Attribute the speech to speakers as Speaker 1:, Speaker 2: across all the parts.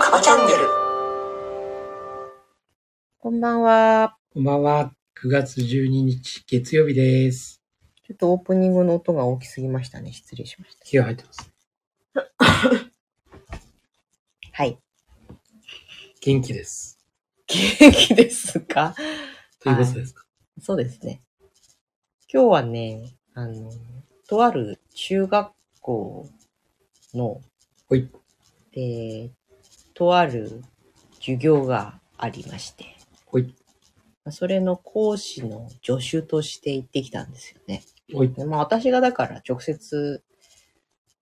Speaker 1: カバチャンネル
Speaker 2: こんばんは。
Speaker 3: こんばんは。9月12日、月曜日です。
Speaker 2: ちょっとオープニングの音が大きすぎましたね。失礼しました。
Speaker 3: 火が入ってます。
Speaker 2: はい。
Speaker 3: 元気です。
Speaker 2: 元気ですか
Speaker 3: ということですか。
Speaker 2: そうですね。今日はね、あの、とある中学校の、
Speaker 3: ほい。
Speaker 2: で、とある授業がありまして、
Speaker 3: ほい。
Speaker 2: まあそれの講師の助手として行ってきたんですよね。
Speaker 3: ほい。
Speaker 2: でまあ私がだから直接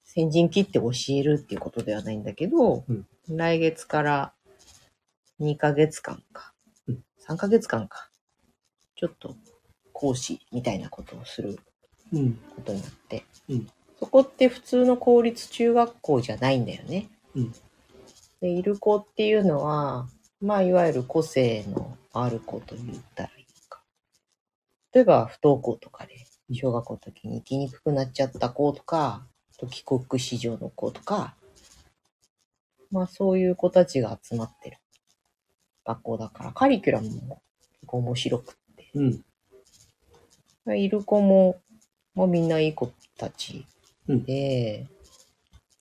Speaker 2: 先陣切って教えるっていうことではないんだけど、
Speaker 3: うん
Speaker 2: 来月から2ヶ月間か、
Speaker 3: うん
Speaker 2: 3ヶ月間か、ちょっと講師みたいなことをする
Speaker 3: うん。
Speaker 2: ことになって、
Speaker 3: うん
Speaker 2: そこって普通の公立中学校じゃないんだよね。
Speaker 3: うん
Speaker 2: でいる子っていうのは、まあ、いわゆる個性のある子と言ったらいいのか。例えば、不登校とかで、小学校の時に行きにくくなっちゃった子とか、あと帰国子女の子とか、まあ、そういう子たちが集まってる学校だから、カリキュラムも結構面白くって、
Speaker 3: うん。
Speaker 2: いる子も、もうみんないい子たち
Speaker 3: うん
Speaker 2: で、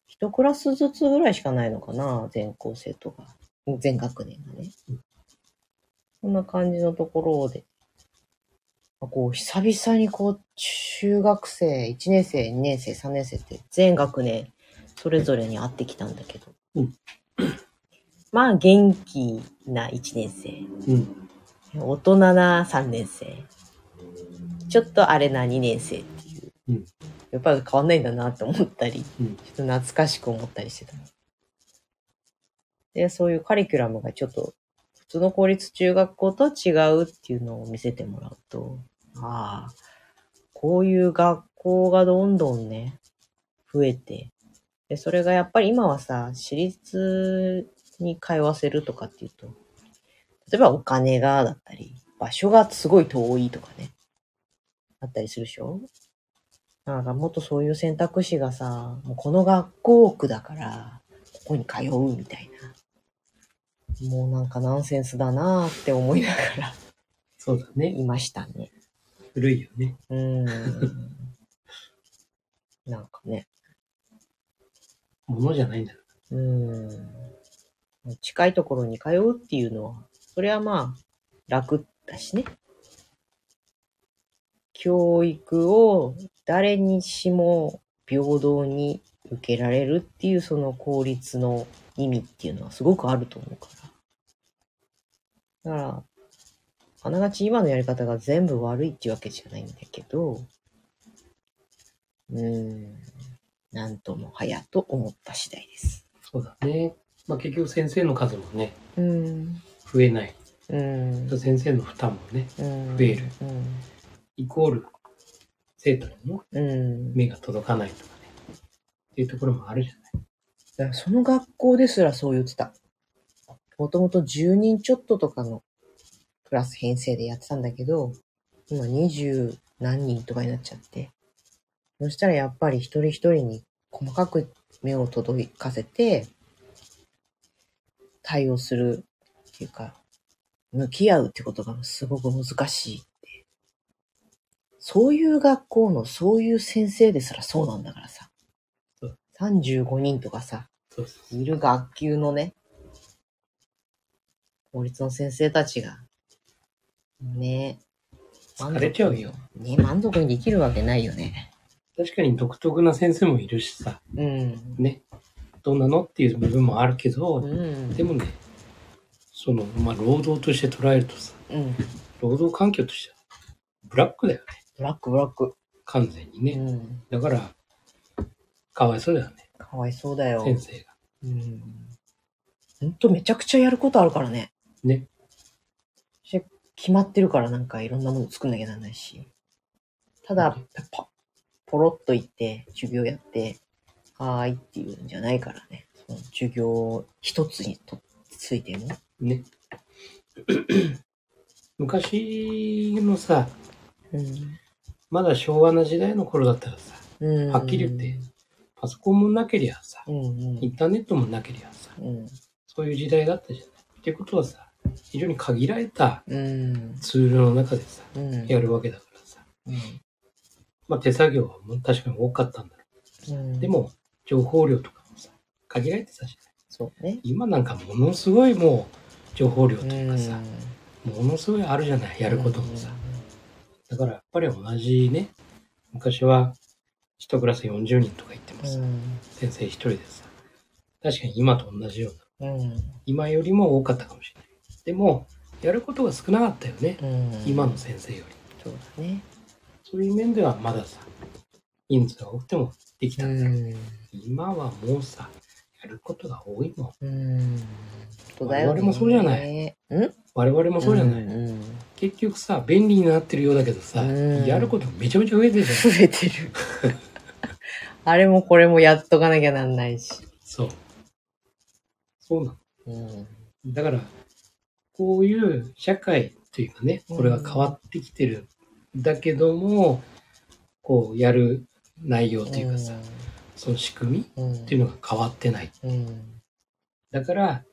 Speaker 2: 一クラスずつぐらいしかないのかな、全校生徒が。全学年がね。そんな感じのところで、まあこう、久々にこう、中学生、1年生、2年生、3年生って全学年、それぞれに会ってきたんだけど。
Speaker 3: うん
Speaker 2: まあ、元気な1年生。
Speaker 3: うん。
Speaker 2: 大人な3年生ちょっとあれな2年生っていう、
Speaker 3: うん
Speaker 2: やっぱり変わんないんだなと思ったり、
Speaker 3: うん
Speaker 2: ちょっと懐かしく思ったりしてたでそういうカリキュラムがちょっと普通の公立中学校とは違うっていうのを見せてもらうとああこういう学校がどんどんね増えてでそれがやっぱり今はさ私立に通わせるとかっていうと例えばお金がだったり、場所がすごい遠いとかね、あったりするでしょなんかもっとそういう選択肢がさ、もうこの学校区だから、ここに通うみたいな。もうなんかナンセンスだなーって思いながら
Speaker 3: そうだね。
Speaker 2: いましたね。
Speaker 3: 古いよね。
Speaker 2: うーん。なんかね。
Speaker 3: ものじゃないんだか
Speaker 2: うーん。近いところに通うっていうのは、それはまあ、楽だしね。教育を誰にしも平等に受けられるっていうその効率の意味っていうのはすごくあると思うから。だから、あながち今のやり方が全部悪いっていうわけじゃないんだけど、うーん、なんともはやと思った次第です。
Speaker 3: ら。そうだね。まあ結局先生の数もね、
Speaker 2: うん。
Speaker 3: 増えない。
Speaker 2: うん。
Speaker 3: 先生の負担もね、
Speaker 2: うん
Speaker 3: ベール。
Speaker 2: 嗯
Speaker 3: イコール生徒にも
Speaker 2: うん。うん。
Speaker 3: 目が届かないとかね。っていうところもあるじゃない。
Speaker 2: だからその学校ですらそう言ってた。もともと10人ちょっととかのクラス編成でやってたんだけど、今20何人とかになっちゃって。そしたらやっぱり一人一人に細かく目を届かせて、対応するっていうか、向き合うってことがすごく難しいって。そういう学校のそういう先生ですらそうなんだからさ
Speaker 3: そう。
Speaker 2: 35人とかさ、
Speaker 3: そうそうそう。
Speaker 2: いる学級のね、公立の先生たちが、ね、
Speaker 3: 疲れちゃうよ。
Speaker 2: ね、満足にできるわけないよね。
Speaker 3: 確かに独特な先生もいるしさ、
Speaker 2: うん。
Speaker 3: ね。どうなのっていう部分もあるけど、
Speaker 2: うん。
Speaker 3: でもね、その、まあ、労働として捉えるとさ、
Speaker 2: うん。
Speaker 3: 労働環境としては、ブラックだよね。
Speaker 2: ブラックブラック。
Speaker 3: 完全に
Speaker 2: う
Speaker 3: ね。
Speaker 2: ん。
Speaker 3: だから、かわいそうだよね、
Speaker 2: かわいそうだよ。
Speaker 3: 先生が。
Speaker 2: うん。ほんとめちゃくちゃやることあるからね。
Speaker 3: ね。
Speaker 2: し決まってるからなんかいろんなもの作んなきゃならないし。ただ、パポロッと行って、授業やって、はーいっていうんじゃないからね。その授業一つにとついても、
Speaker 3: ね。 昔のさ、
Speaker 2: うん。
Speaker 3: まだ昭和な時代の頃だったらさ、
Speaker 2: うん。
Speaker 3: はっきり言って。パソコンもなけりゃさ、
Speaker 2: うんうん
Speaker 3: インターネットもなけりゃさ、
Speaker 2: うん。
Speaker 3: そういう時代だったじゃない。ってことはさ、非常に限られた
Speaker 2: うん。
Speaker 3: ツールの中でさ、
Speaker 2: うん。
Speaker 3: やるわけだからさ、
Speaker 2: うん。
Speaker 3: まあ手作業はもう確かに多かったんだろ
Speaker 2: うん。
Speaker 3: う。で、も、情報量とかもさ、限られてたじゃない。
Speaker 2: そうね。
Speaker 3: 今なんかものすごいもう、情報量というかさ、
Speaker 2: うん
Speaker 3: ものすごいあるじゃない、やることもさ。だからやっぱり同じね、昔は一クラス40人とか言っても
Speaker 2: う
Speaker 3: さ、
Speaker 2: ん。
Speaker 3: 先生一人でさ、確かに今と同じような、
Speaker 2: うん。
Speaker 3: 今よりも多かったかもしれない。でも、やることが少なかったよね、
Speaker 2: うん。
Speaker 3: 今の先生より。
Speaker 2: そうだね。
Speaker 3: そういう面ではまださ、人数が多くてもできたんだけど、
Speaker 2: ん。
Speaker 3: 今はもうさ、やることが多いもん。
Speaker 2: うん。そうだ。
Speaker 3: 我々もそうじゃない
Speaker 2: うん
Speaker 3: 我々もそうじゃない。
Speaker 2: うんうん
Speaker 3: 結局さ、便利になってるようだけどさ、
Speaker 2: うん
Speaker 3: やることめちゃめちゃ増えてるじゃん。
Speaker 2: 増えてる。あれもこれもやっとかなきゃなんないし。
Speaker 3: そう。そうなの。
Speaker 2: うん。
Speaker 3: だから、こういう社会というかね、これが変わってきてる。だけども、こう、やる内容というかさ、その仕組みっ
Speaker 2: うん。うん。
Speaker 3: ていうのが変わってない。
Speaker 2: うん。
Speaker 3: だから、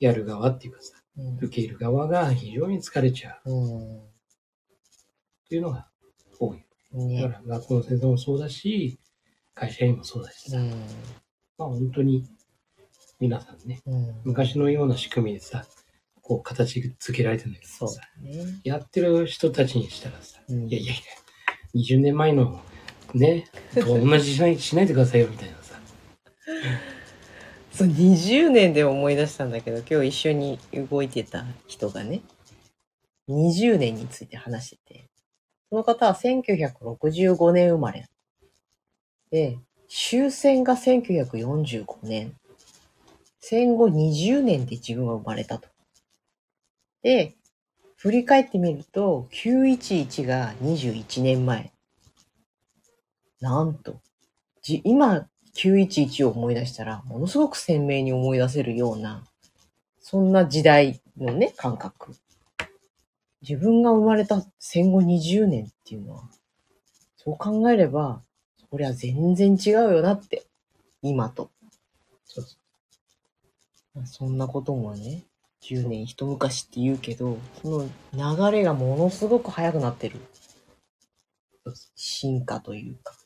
Speaker 3: やる側っていうかさ、
Speaker 2: うん
Speaker 3: 受け入れる側が非常に疲れちゃう
Speaker 2: う
Speaker 3: っていうのが多い。
Speaker 2: ん。
Speaker 3: だか
Speaker 2: ね。
Speaker 3: ら、学校の先生もそうだし、会社員もそうだし
Speaker 2: う
Speaker 3: さ、
Speaker 2: ん。
Speaker 3: まあ本当に、皆さんね、
Speaker 2: うん。
Speaker 3: 昔のような仕組みでさ、こう、形付けられてるんだけ
Speaker 2: そ
Speaker 3: ど
Speaker 2: う
Speaker 3: さ、
Speaker 2: だね。
Speaker 3: やってる人たちにしたらさ、
Speaker 2: うん
Speaker 3: いやいやいや、20年前のね、と同じしないしないでくださいよみたいなさ。
Speaker 2: そう、20年で思い出したんだけど、今日一緒に動いてた人がね、20年について話してて、その方は1965年生まれ。で、終戦が1945年。戦後20年で自分は生まれたと。で、振り返ってみると、911が21年前。なんと、じ今、911を思い出したら、ものすごく鮮明に思い出せるような、そんな時代のね、感覚。自分が生まれた戦後20年っていうのは、そう考えれば、そりゃ全然違うよなって、今と。
Speaker 3: そうそ
Speaker 2: そんなこともね、10年一昔って言うけど、その流れがものすごく速くなってる。
Speaker 3: うそ
Speaker 2: 進化というか。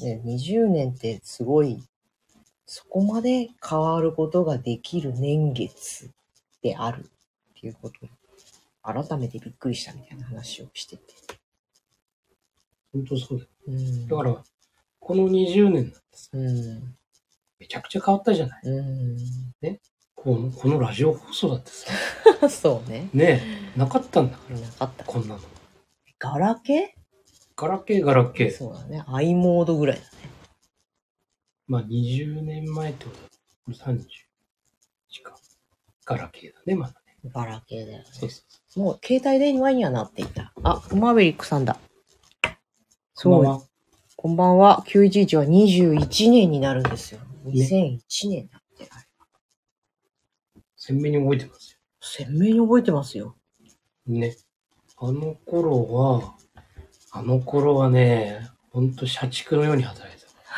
Speaker 2: ね、20年ってすごい、そこまで変わることができる年月であるっていうことに改めてびっくりしたみたいな話をしてて。
Speaker 3: う本当そうだよ。
Speaker 2: うん。
Speaker 3: だから、この20年なんてさ、
Speaker 2: うん。
Speaker 3: めちゃくちゃ変わったじゃない。
Speaker 2: う
Speaker 3: このこのラジオ放送だってさ、
Speaker 2: ん。そうね。
Speaker 3: ねえ、なかったんだから、
Speaker 2: なかった。
Speaker 3: こんなの。
Speaker 2: ガラケ
Speaker 3: ガラケーガラケ
Speaker 2: ー
Speaker 3: ー。
Speaker 2: そうだね。アイモードぐらいだね。
Speaker 3: まあ20年前ってことだ。これ30か。ガラケーだね、まだね。
Speaker 2: ガラケーだよね。
Speaker 3: そうそうそ
Speaker 2: もう携帯電話にはなっていた。あ、マーベリックさんだ。
Speaker 3: う。
Speaker 2: そう
Speaker 3: こんばんは
Speaker 2: こんばんは。911は21年になるんですよ。2001年だって。
Speaker 3: 鮮明に覚えてますよ。
Speaker 2: 鮮明に覚えてますよ。
Speaker 3: ね。あの頃は、あの頃はね、ほんと社畜のように働いて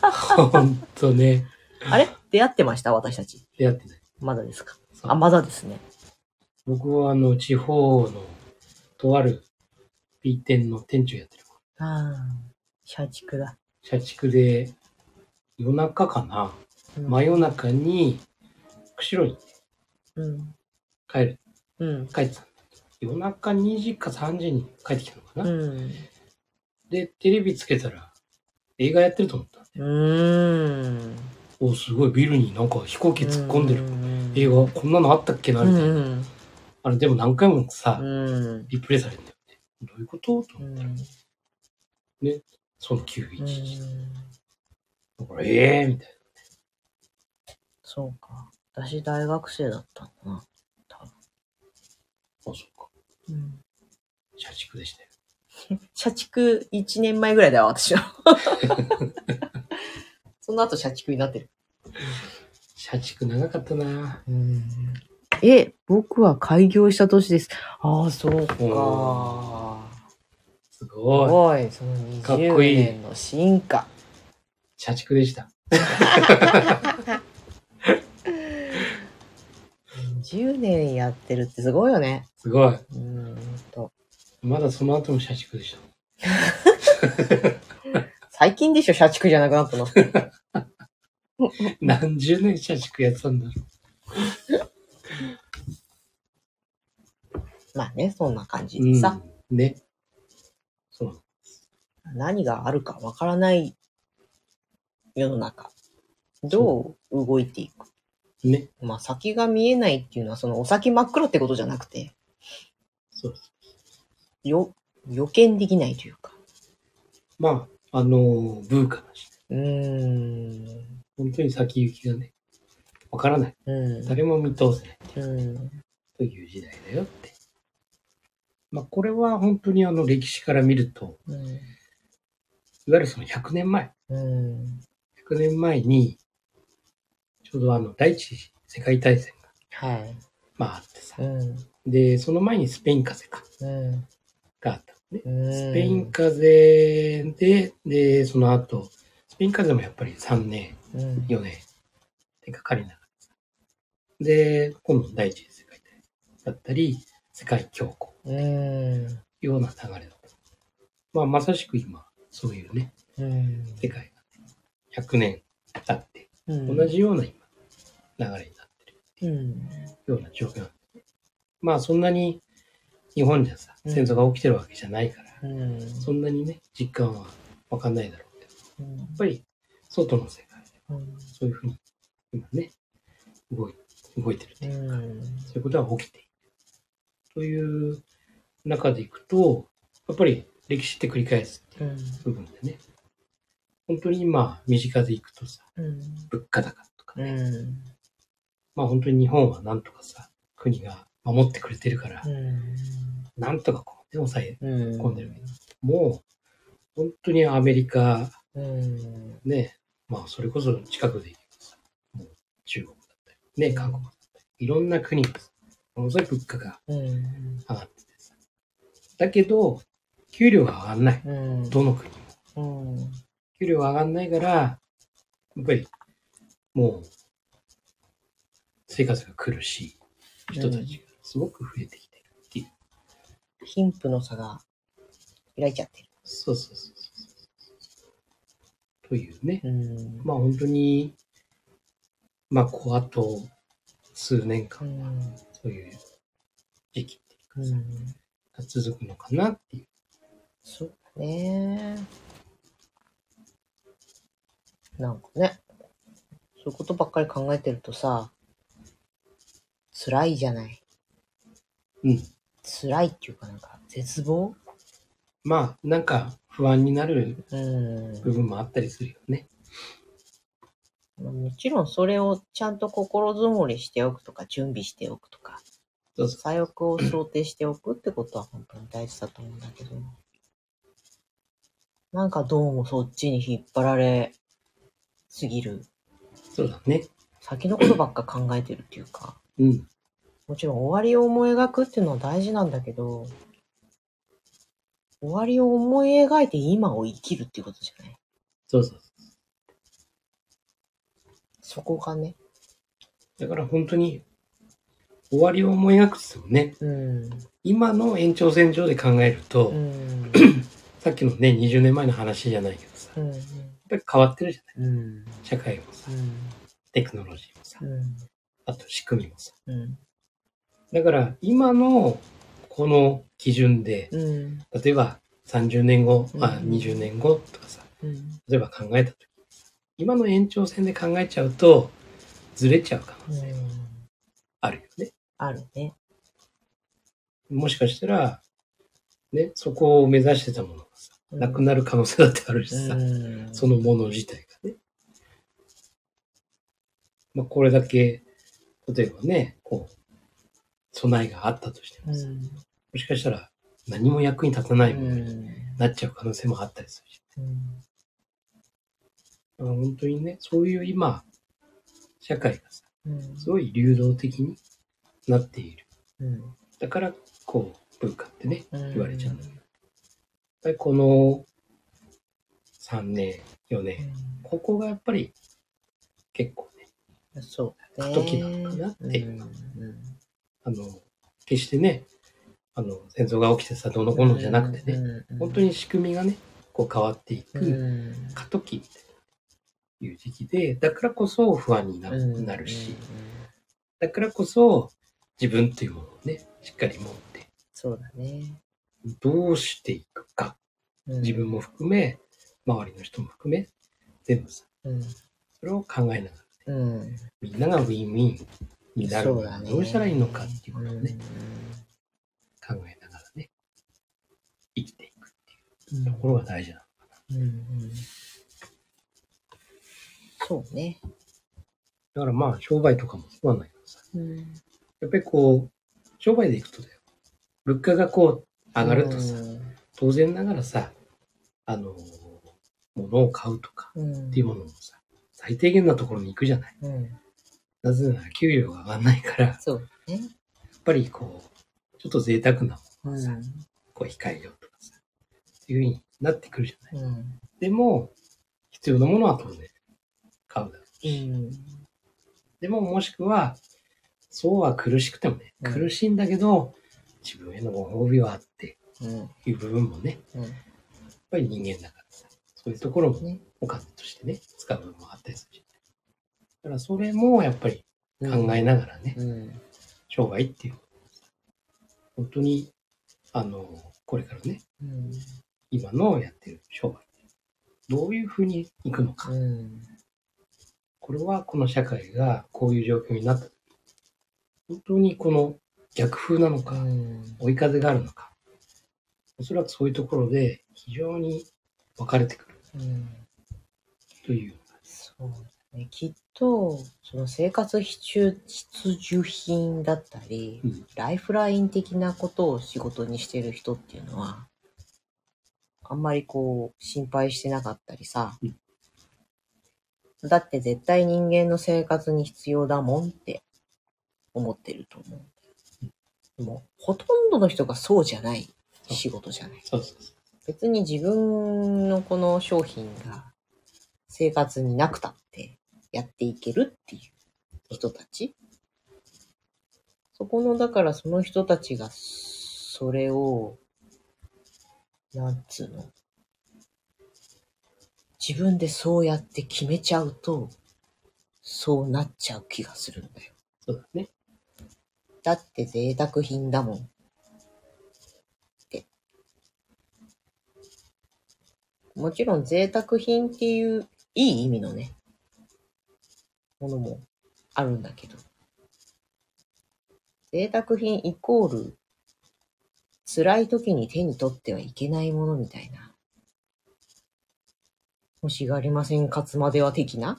Speaker 3: た。ほんとね。
Speaker 2: あれ出会ってました私たち。
Speaker 3: 出会ってない。
Speaker 2: まだですか
Speaker 3: そう
Speaker 2: あ、まだですね。
Speaker 3: 僕はあの、地方の、とある、B 店の店長やってる。
Speaker 2: ああ、社畜だ。
Speaker 3: 社畜で、夜中かな
Speaker 2: うん
Speaker 3: 真夜中に、釧路に
Speaker 2: うん。
Speaker 3: 帰る、
Speaker 2: うん。
Speaker 3: 帰ってたんだけど。夜中2時か3時に帰ってきたのか
Speaker 2: う
Speaker 3: な、
Speaker 2: ん。
Speaker 3: で、テレビつけたら、映画やってると思った。
Speaker 2: うーん。
Speaker 3: お、すごい、ビルになんか飛行機突っ込んでる。映
Speaker 2: 画
Speaker 3: 画こんなのあったっけな
Speaker 2: う
Speaker 3: み
Speaker 2: ん
Speaker 3: たいな、
Speaker 2: うん。
Speaker 3: あれでも何回もさ、
Speaker 2: うん。
Speaker 3: リプレイされるんだよねどういうことと
Speaker 2: う
Speaker 3: 思っ
Speaker 2: ん
Speaker 3: たら、その911、だからええー、みたい
Speaker 2: そうか。私大学生だったんだな。多分。
Speaker 3: なあそっか
Speaker 2: うん
Speaker 3: 社畜でしたよ
Speaker 2: 社畜1年前ぐらいだ よ、私は。その後社畜になってる。
Speaker 3: 社畜長かったな。
Speaker 2: うんえ、僕は開業した年です。ああ、そうか。
Speaker 3: おす
Speaker 2: す
Speaker 3: ごい。
Speaker 2: ごい、その
Speaker 3: かっこい
Speaker 2: 20
Speaker 3: い
Speaker 2: 年の進化。
Speaker 3: 社畜でした。
Speaker 2: 20年やってるってすごいよね。
Speaker 3: すごい。
Speaker 2: うーんと。
Speaker 3: まだその後も社畜でした。
Speaker 2: 最近でしょ、社畜じゃなくなった の。
Speaker 3: 何十年社畜やってたんだろ
Speaker 2: まあね、そんな感じ
Speaker 3: う。
Speaker 2: でさ、
Speaker 3: うん、ね。そう。
Speaker 2: 何があるかわからない世の中。どう動いていく
Speaker 3: ね。
Speaker 2: まあ先が見えないっていうのは、そのお先真っ黒ってことじゃなくて、
Speaker 3: そう。
Speaker 2: よ、予見できないというか。
Speaker 3: まあ、あのー、ブーカだし。
Speaker 2: うーん。
Speaker 3: 本当に先行きがね、わからない。
Speaker 2: うん。
Speaker 3: 誰も見通せない
Speaker 2: うん。
Speaker 3: という時代だよって。まあ、これは本当にあの歴史から見ると、
Speaker 2: うん。
Speaker 3: いわゆるその100年前、
Speaker 2: うん。
Speaker 3: 100年前に、ちょうどあの第一次世界大戦が、
Speaker 2: はい。
Speaker 3: まああってさ
Speaker 2: う、ん。
Speaker 3: で、その前にスペイン風邪か、
Speaker 2: うん。
Speaker 3: があったのね。
Speaker 2: うん
Speaker 3: スペイン風邪で、で、その後、スペイン風邪もやっぱり3年、
Speaker 2: うん。
Speaker 3: 4年ってかかりながらさ。で、今度第一次世界大戦だったり、世界恐慌
Speaker 2: うん。
Speaker 3: というような流れだった。まあ、まさしく今、そういうね、
Speaker 2: うん。
Speaker 3: 世界が100年経って、
Speaker 2: うん
Speaker 3: 同。じような今、流れになってる。
Speaker 2: うん。
Speaker 3: ような状況なんだよねまあそんなに日本じゃさ、
Speaker 2: うん
Speaker 3: 戦争が起きてるわけじゃないから、
Speaker 2: うん。
Speaker 3: そんなにね、実感はわかんないだろうけど、や
Speaker 2: うん
Speaker 3: っぱり外の世界で
Speaker 2: うん
Speaker 3: そういうふうに今ね、動い動いてるって
Speaker 2: う
Speaker 3: いう、
Speaker 2: ん。
Speaker 3: そういうことが起きている。という中でいくと、やっぱり歴史って繰り返すっていう部分でね、本当に今身近でいくとさ、
Speaker 2: うん。
Speaker 3: 物価高とか
Speaker 2: う
Speaker 3: ね、
Speaker 2: ん。
Speaker 3: まあ本当に日本はなんとかさ、国が守ってくれてるから、なんとかこう、ね、抑え
Speaker 2: うん。
Speaker 3: 込んでるけど、もう、本当にアメリカ、
Speaker 2: うん。
Speaker 3: ね、まあ、それこそ近くで言うとさ、もう中国だったり、ね、韓国だったり、いろんな国がさ、ものすごい物価が
Speaker 2: うん。
Speaker 3: 上がっててさ。だけど、給料が上がんない。
Speaker 2: うん。
Speaker 3: どの国も。
Speaker 2: うん。
Speaker 3: 給料が上がんないから、やっぱり、もう、生活が苦しい人たちがすごく増えてきてるっていう。
Speaker 2: 貧富の差が開いちゃって
Speaker 3: そうそうそうそう。というね。
Speaker 2: る。うん。
Speaker 3: まあ本当に、まあこうあと数年
Speaker 2: う
Speaker 3: 間、
Speaker 2: ん。
Speaker 3: そういう時期っていう
Speaker 2: う
Speaker 3: かさ、
Speaker 2: ん。
Speaker 3: が続くのかなっていう。
Speaker 2: そうだね。なんかね、そういうことばっかり考えてるとさ、辛いじゃない。
Speaker 3: うん。
Speaker 2: 辛いっていうかなんか、絶望
Speaker 3: まあなんか不安になる
Speaker 2: うん。
Speaker 3: 部分もあったりするよね。
Speaker 2: まあもちろんそれをちゃんと心づもりしておくとか、準備しておくとか、
Speaker 3: そうそう。
Speaker 2: 左翼を想定しておくってことは本当に大事だと思うんだけど、なんかどうもそっちに引っ張られすぎる。
Speaker 3: そうだね。
Speaker 2: 先のことばっか考えてるっていうか、
Speaker 3: うん。
Speaker 2: もちろん終わりを思い描くっていうのは大事なんだけど、終わりを思い描いて今を生きるっていうことじゃない
Speaker 3: そうそう。
Speaker 2: そこがね。
Speaker 3: だから本当に終わりを思い描くって言ってもね、
Speaker 2: うん。
Speaker 3: 今の延長線上で考えると、
Speaker 2: うん。
Speaker 3: さっきのね、20年前の話じゃないけどさ、やっ
Speaker 2: うん。
Speaker 3: ぱり変わってるじゃない
Speaker 2: うん。
Speaker 3: 社会もさ、テクノロジーもさ、
Speaker 2: うん。
Speaker 3: あと仕組みもさ。
Speaker 2: うん。
Speaker 3: だから今のこの基準で、
Speaker 2: うん。
Speaker 3: 例えば30年後、
Speaker 2: うん
Speaker 3: まあ20年後とかさ、
Speaker 2: うん。
Speaker 3: 例えば考えた時にさ今の延長線で考えちゃうと、ずれちゃう可能性があるよね。
Speaker 2: あるね。
Speaker 3: もしかしたら、ね、そこを目指してたものがさ、なくなる可能性だってあるしさ、
Speaker 2: うん
Speaker 3: そのもの自体がね。まあこれだけ、例えばね、こう、備えがあったとして
Speaker 2: う
Speaker 3: もさ、
Speaker 2: ん。
Speaker 3: もしかしたら何も役に立たな
Speaker 2: う
Speaker 3: いものに
Speaker 2: ん
Speaker 3: なっちゃう可能性もあったりするし、だから本当にね、そういう今、社会がさ、
Speaker 2: うん
Speaker 3: すごい流動的になっている。
Speaker 2: うん
Speaker 3: だから、こう、文化ってね、
Speaker 2: うん
Speaker 3: 言われちゃうんだけど。やっぱりこの3年、4年、ここがやっぱり結構ね、
Speaker 2: うんそうね。
Speaker 3: 過渡期なのかなっていう
Speaker 2: うんうん
Speaker 3: あの、決してね、あの、戦争が起きてさ、どうのこうのじゃなくてね、
Speaker 2: ね
Speaker 3: 本当
Speaker 2: に、
Speaker 3: に仕組みがね、こう変わってい
Speaker 2: う
Speaker 3: く。
Speaker 2: ん
Speaker 3: 過渡期みたいないう時期で、だからこそ不安にななるし、、
Speaker 2: うんうんうん
Speaker 3: だからこそ自分というものをね、しっかり持って、
Speaker 2: そうだね。
Speaker 3: どうしていくか、
Speaker 2: うん
Speaker 3: 自分も、含め、周りの人も含め、全部さ、
Speaker 2: うん
Speaker 3: それを考えながら、
Speaker 2: うん、
Speaker 3: みんながウィンウィンになる
Speaker 2: そ
Speaker 3: に
Speaker 2: うだ
Speaker 3: は
Speaker 2: ね
Speaker 3: どうしたらいいのかっていうことをね、考えながらね、生きていくっていうところが大事な
Speaker 2: う
Speaker 3: の。
Speaker 2: んうんそうね。
Speaker 3: だからまあ、商売とかもそうなんだけどさ、
Speaker 2: うん、
Speaker 3: やっぱりこう、商売でいくとだよ。物価がこう、上がるとさ、当然ながらさ、あの、物を買うとか
Speaker 2: うん、うん、
Speaker 3: っていうものもさ、最低限なところに行くじゃない。
Speaker 2: うん、
Speaker 3: なぜなら給料が上がんないから、やっ
Speaker 2: そうだね。
Speaker 3: ぱりこう、ちょっと贅沢なも
Speaker 2: う
Speaker 3: のをさ、
Speaker 2: ん、
Speaker 3: こう控えようとかさ、っていうふうになってくるじゃない。
Speaker 2: うん、
Speaker 3: でも、必要なものは当然買うだろう。
Speaker 2: うん、
Speaker 3: でも、もしくは、そうは苦しくてもね、
Speaker 2: うん
Speaker 3: 苦しいんだけど、自分へのご褒美はあって、
Speaker 2: うん、
Speaker 3: いう部分もね、
Speaker 2: うん、
Speaker 3: やっぱり人間だからさ、そういうところも
Speaker 2: ね
Speaker 3: お金としてね、使う部分もあったりするじゃない。だからそれもやっぱり考えながらね、
Speaker 2: うん、
Speaker 3: 商売っていう、本当に、あの、これからね、
Speaker 2: うん、
Speaker 3: 今のやってる商売、どういうふうにいくのか。
Speaker 2: うん、
Speaker 3: これはこの社会がこういう状況になった時本当にこの逆風なのか、
Speaker 2: うん、
Speaker 3: 追い風があるのか、おそらくそういうところで非常に分かれてくる
Speaker 2: うん。
Speaker 3: というような
Speaker 2: そうだね。きっと、その生活必需必需品だったり、
Speaker 3: うん
Speaker 2: ライフライン的なことを仕事にしてる人っていうのは、あんまりこう、心配してなかったりさ、
Speaker 3: うん
Speaker 2: だって絶対人間の生活に必要だもんって思ってると思うんだよ。でも、ほとんどの人がそうじゃない仕事じゃない。
Speaker 3: そうそうそう。
Speaker 2: 別に自分のこの商品が生活になくたってやっていけるっていう人たち。そこの、だからその人たちが、それを、なんつうの。自分でそうやって決めちゃうと、そうなっちゃう気がするんだよ。
Speaker 3: そうだね。
Speaker 2: だって贅沢品だもん。って。もちろん贅沢品っていういい意味のね、ものもあるんだけど。贅沢品イコール、辛い時に手に取ってはいけないものみたいな。欲しがりませんかつまでは的な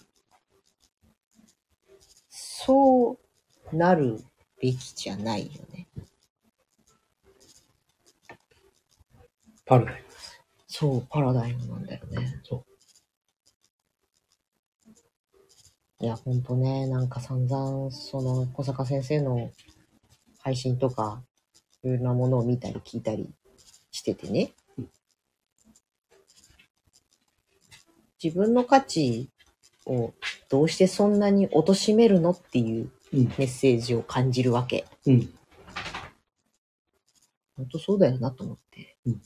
Speaker 2: そうなるべきじゃないよね。
Speaker 3: パラダイム。
Speaker 2: そう、パラダイムなんだよね。
Speaker 3: そう。
Speaker 2: いや、ほんとね、なんか散々、その、小坂先生の配信とか、いろんなものを見たり聞いたりしててね。自分の価値をどうしてそんなに貶めるのっていう
Speaker 3: うん。
Speaker 2: メッセージを感じるわけ。
Speaker 3: うん。
Speaker 2: 本当そうだよなと思って。
Speaker 3: うん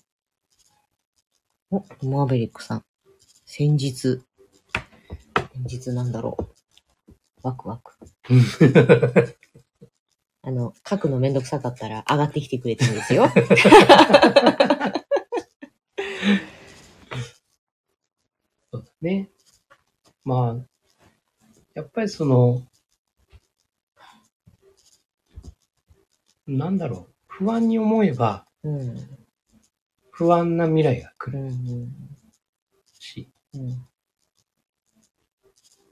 Speaker 2: お、マーベリックさん。先日。先日なんだろう。ワクワ ク。あの、書くのめんどくさかったら上がってきてくれたんです よ。
Speaker 3: そうだね。まあ、やっぱりその、なんだろう。不安に思えば、
Speaker 2: うん。うん
Speaker 3: 不安な未来が来
Speaker 2: う
Speaker 3: る
Speaker 2: ん。
Speaker 3: し、
Speaker 2: うん。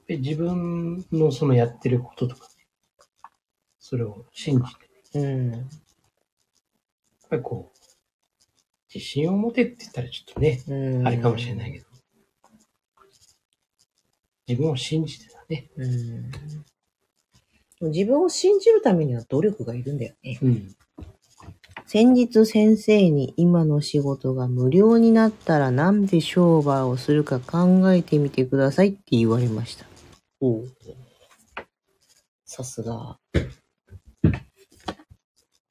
Speaker 3: で自分のそのやってることとか、ね、それを信じて、
Speaker 2: う
Speaker 3: や
Speaker 2: ん。
Speaker 3: っぱりこう、自信を持てって言ったらちょっとね、
Speaker 2: うん。
Speaker 3: あれかもしれないけど、自分を信じてだね、
Speaker 2: うん。自分を信じるためには努力がいるんだよね。
Speaker 3: うん。
Speaker 2: 先日先生に今の仕事が無料になったら何で商売をするか考えてみてくださいって言われました。おさすが。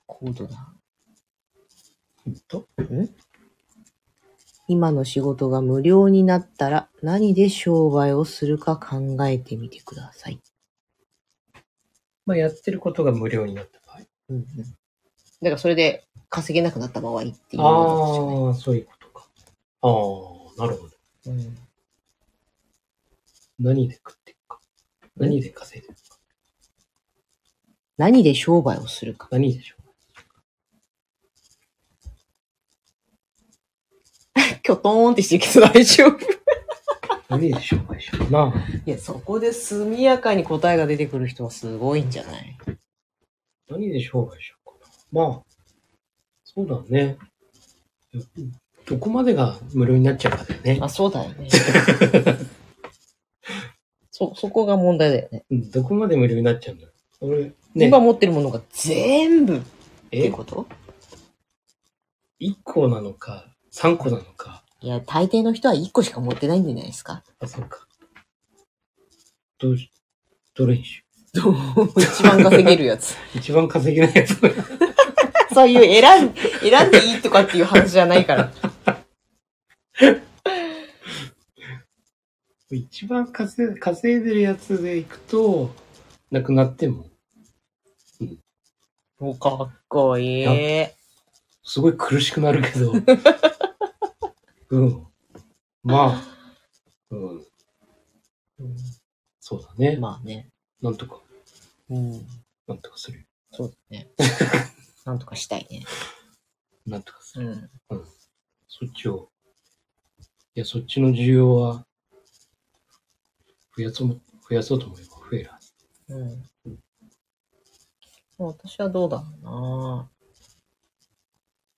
Speaker 2: 高度だ。
Speaker 3: と、
Speaker 2: 今の仕事が無料になったら何で商売をするか考えてみてください。
Speaker 3: まあ、やってることが無料になった場合。
Speaker 2: うんうん。だからそれで稼げなくなった場合っていうこ
Speaker 3: ああ、そういうことか。ああ、なるほ
Speaker 2: と
Speaker 3: ど。
Speaker 2: ですよね。うん
Speaker 3: 何で食っていくか。何で稼いでいくか。
Speaker 2: 何で商売をするか。
Speaker 3: 何でしょ
Speaker 2: きょとーんってしてきて大丈夫。
Speaker 3: う。何でしょう。何でしょう。なあ、
Speaker 2: いや、そこで速やかに答えが出てくる人はすごいんじゃない
Speaker 3: 何でしょう。何でしょうかな。まあ、そうだね。どこまでが無料になっちゃうかだよね。
Speaker 2: あ、そうだよ ね。そ、そこが問題だよね。
Speaker 3: うんどこまで無料になっちゃうんだろう。俺、ね
Speaker 2: 今、持ってるものが全部って
Speaker 3: え、
Speaker 2: こと
Speaker 3: 1個なのか、3個なのか。
Speaker 2: いや、大抵の人は1個しか持ってないんじゃないです か。
Speaker 3: あ、そうか。どうし、どれにしよ
Speaker 2: どう一番稼げるやつ。
Speaker 3: う。一番稼げないやつ。
Speaker 2: そういう選ん、 選んでいいとかっていう話じゃないから。
Speaker 3: 一番稼い稼いでるやつでいくと、なくなっても、
Speaker 2: もうかっこいい。
Speaker 3: すごい苦しくなるけ ど。うん。まあ、うん、そうだね。
Speaker 2: まあね。
Speaker 3: なんとか、
Speaker 2: うん。
Speaker 3: なんとかする。
Speaker 2: そうだ ね。なんとかしたいね。
Speaker 3: なんとかする。
Speaker 2: うん。
Speaker 3: そっちを。いや、そっちの需要は、増やそう、増やそうと思えば増えるはず。
Speaker 2: うん。私はどうだろうな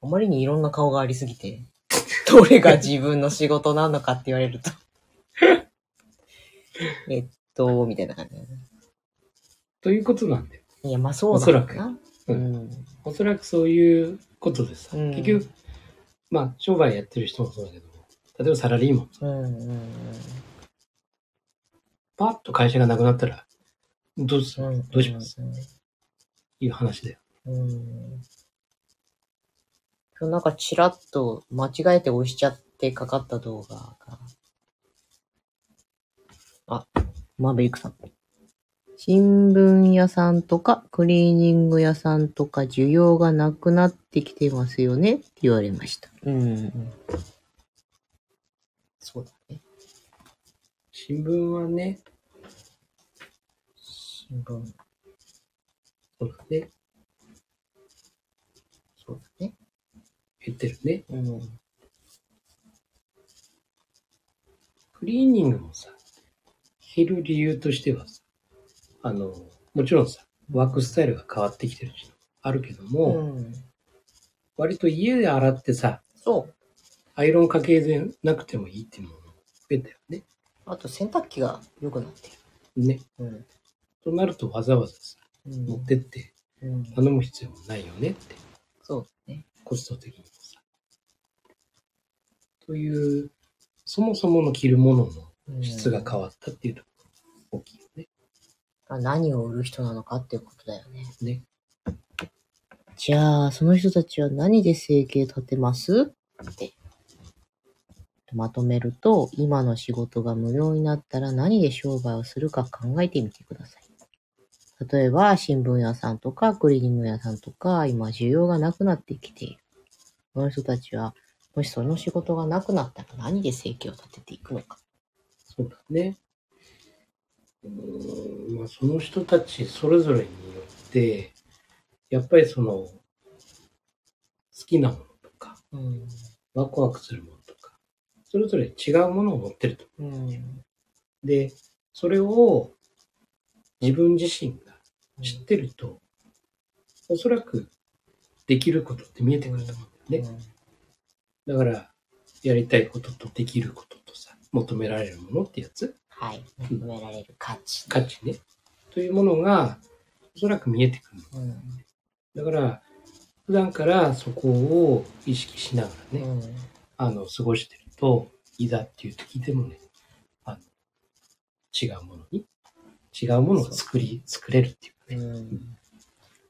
Speaker 2: あまりにいろんな顔がありすぎて、 どれが自分の仕事なのかって言われると。 えっと、みたいな感じだね。
Speaker 3: ということなんで、
Speaker 2: いや、まあそうなんだよ
Speaker 3: おそら
Speaker 2: な。
Speaker 3: う
Speaker 2: うん。
Speaker 3: おそらくそういうことでさ、
Speaker 2: うん
Speaker 3: 結局、まあ、商売やってる人もそうだけど、例えばサラリーマン、
Speaker 2: うんうん
Speaker 3: パッと会社がなくなったら、どうす
Speaker 2: う
Speaker 3: る
Speaker 2: ん。
Speaker 3: どうしますいう話だよ。
Speaker 2: うん。今日なんかチラッと間違えて押しちゃってかかった動画が。あ、マーベリックさん。新聞屋さんとかクリーニング屋さんとか需要がなくなってきてますよねって言われました。うん。そうだね。
Speaker 3: 新聞はね、
Speaker 2: 新聞。
Speaker 3: そうだね、
Speaker 2: そうだね。
Speaker 3: 減ってるね。
Speaker 2: うん。
Speaker 3: クリーニングもさ、減る理由としてはさ、あの、もちろんさ、ワークスタイルが変わってきてるし、あるけども、
Speaker 2: うん。
Speaker 3: 割と家で洗ってさ、
Speaker 2: そう。
Speaker 3: アイロンかけでなくてもいいっていうのも増えたよね。
Speaker 2: あと洗濯機が良くなって
Speaker 3: ね。
Speaker 2: る。うん。
Speaker 3: となるとわざわざさ、
Speaker 2: うん
Speaker 3: 持ってって
Speaker 2: うん、
Speaker 3: 頼む必要もないよねって、
Speaker 2: そうだね。
Speaker 3: コスト的にもさ。という、そもそもの着るものの質が変わったっていうところが大きいよね。
Speaker 2: うん何を売る人なのかっていうことだよね。
Speaker 3: ね
Speaker 2: じゃあ、その人たちは何で生計立てますって。まとめると、今の仕事が無料になったら何で商売をするか考えてみてください。例えば、新聞屋さんとか、クリーニング屋さんとか、今需要がなくなってきている。その人たちは、もしその仕事がなくなったら何で生計を立てていくのか。
Speaker 3: そうだね。うーんまあ、その人たちそれぞれによって、やっぱりその、好きなものとか、
Speaker 2: うん。
Speaker 3: ワクワクするものとか、それぞれ違うものを持ってると。
Speaker 2: うん。
Speaker 3: で、それを自分自身が知ってると、おそらくできることって見えてくると思うんだよね。だから、やりたいこととできることとさ、求められるものってやつ
Speaker 2: はい。認められる価値。
Speaker 3: 価値ね。というものがおそらく見えてくる。
Speaker 2: うん
Speaker 3: だから、普段からそこを意識しながらね、
Speaker 2: うん
Speaker 3: あの、過ごしてると、いざっていう時でもね、あの、違うものに、違うものを作り、作れるっていうかね。
Speaker 2: うん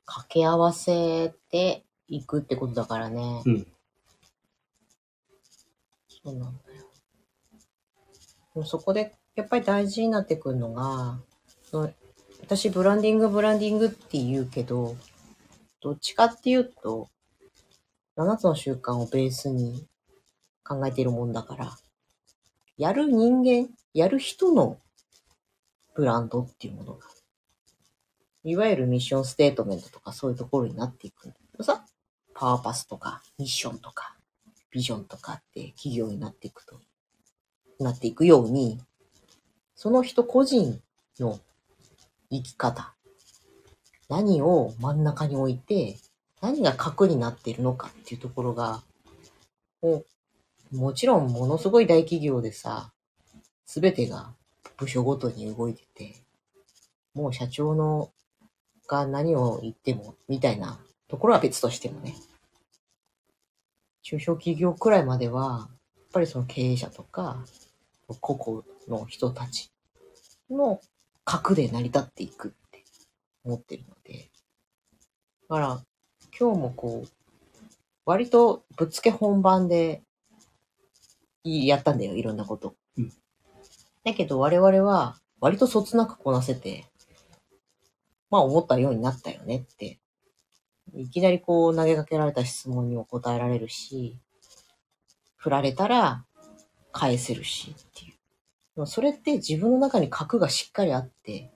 Speaker 2: 掛け合わせていくってことだからね。
Speaker 3: うん。
Speaker 2: そうなんだよ。でもそこで、やっぱり大事になってくるのが、その私、ブランディング、ブランディングって言うけど、どっちかっていうと、7つの習慣をベースに考えているもんだから、やる人間、やる人のブランドっていうものが、いわゆるミッションステートメントとかそういうところになっていくんだけどさ、パーパスとかミッションとかビジョンとかって企業になっていくと、なっていくように、その人個人の生き方、何を真ん中に置いて、何が核になっているのかっていうところが、もう、もちろんものすごい大企業でさ、すべてが部署ごとに動いてて、もう社長のが何を言っても、みたいなところは別としてもね、中小企業くらいまでは、やっぱりその経営者とか、個々の人たちの核で成り立っていくって思ってるので。だから、今日もこう、割とぶっつけ本番で、いやったんだよ、いろんなこと。
Speaker 3: うん
Speaker 2: だけど我々は、割とそつなくこなせて、まあ思ったようになったよねっていきなりこう投げかけられた質問にも答えられるし、振られたら返せるしっていう。でもそれって自分の中に核がしっかりあって、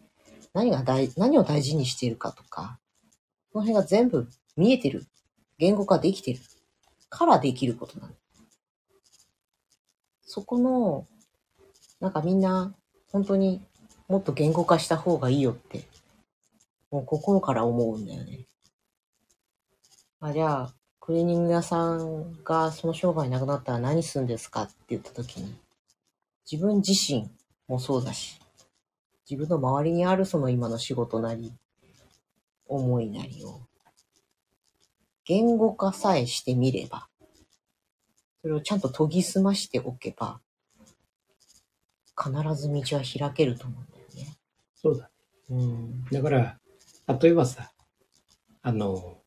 Speaker 2: 何が大、何を大事にしているかとか、その辺が全部見えてる。言語化できてる。からできることなの。そこの、なんかみんな、本当にもっと言語化した方がいいよって、もう心から思うんだよね。あ、じゃあ、クリーニング屋さんがその商売なくなったら何するんですかって言った時に、自分自身もそうだし、自分の周りにあるその今の仕事なり、思いなりを、言語化さえしてみれば、それをちゃんと研ぎ澄ましておけば、必ず道は開けると思うんだよね。
Speaker 3: そうだ。
Speaker 2: うん。
Speaker 3: だから、例えばさ、あの、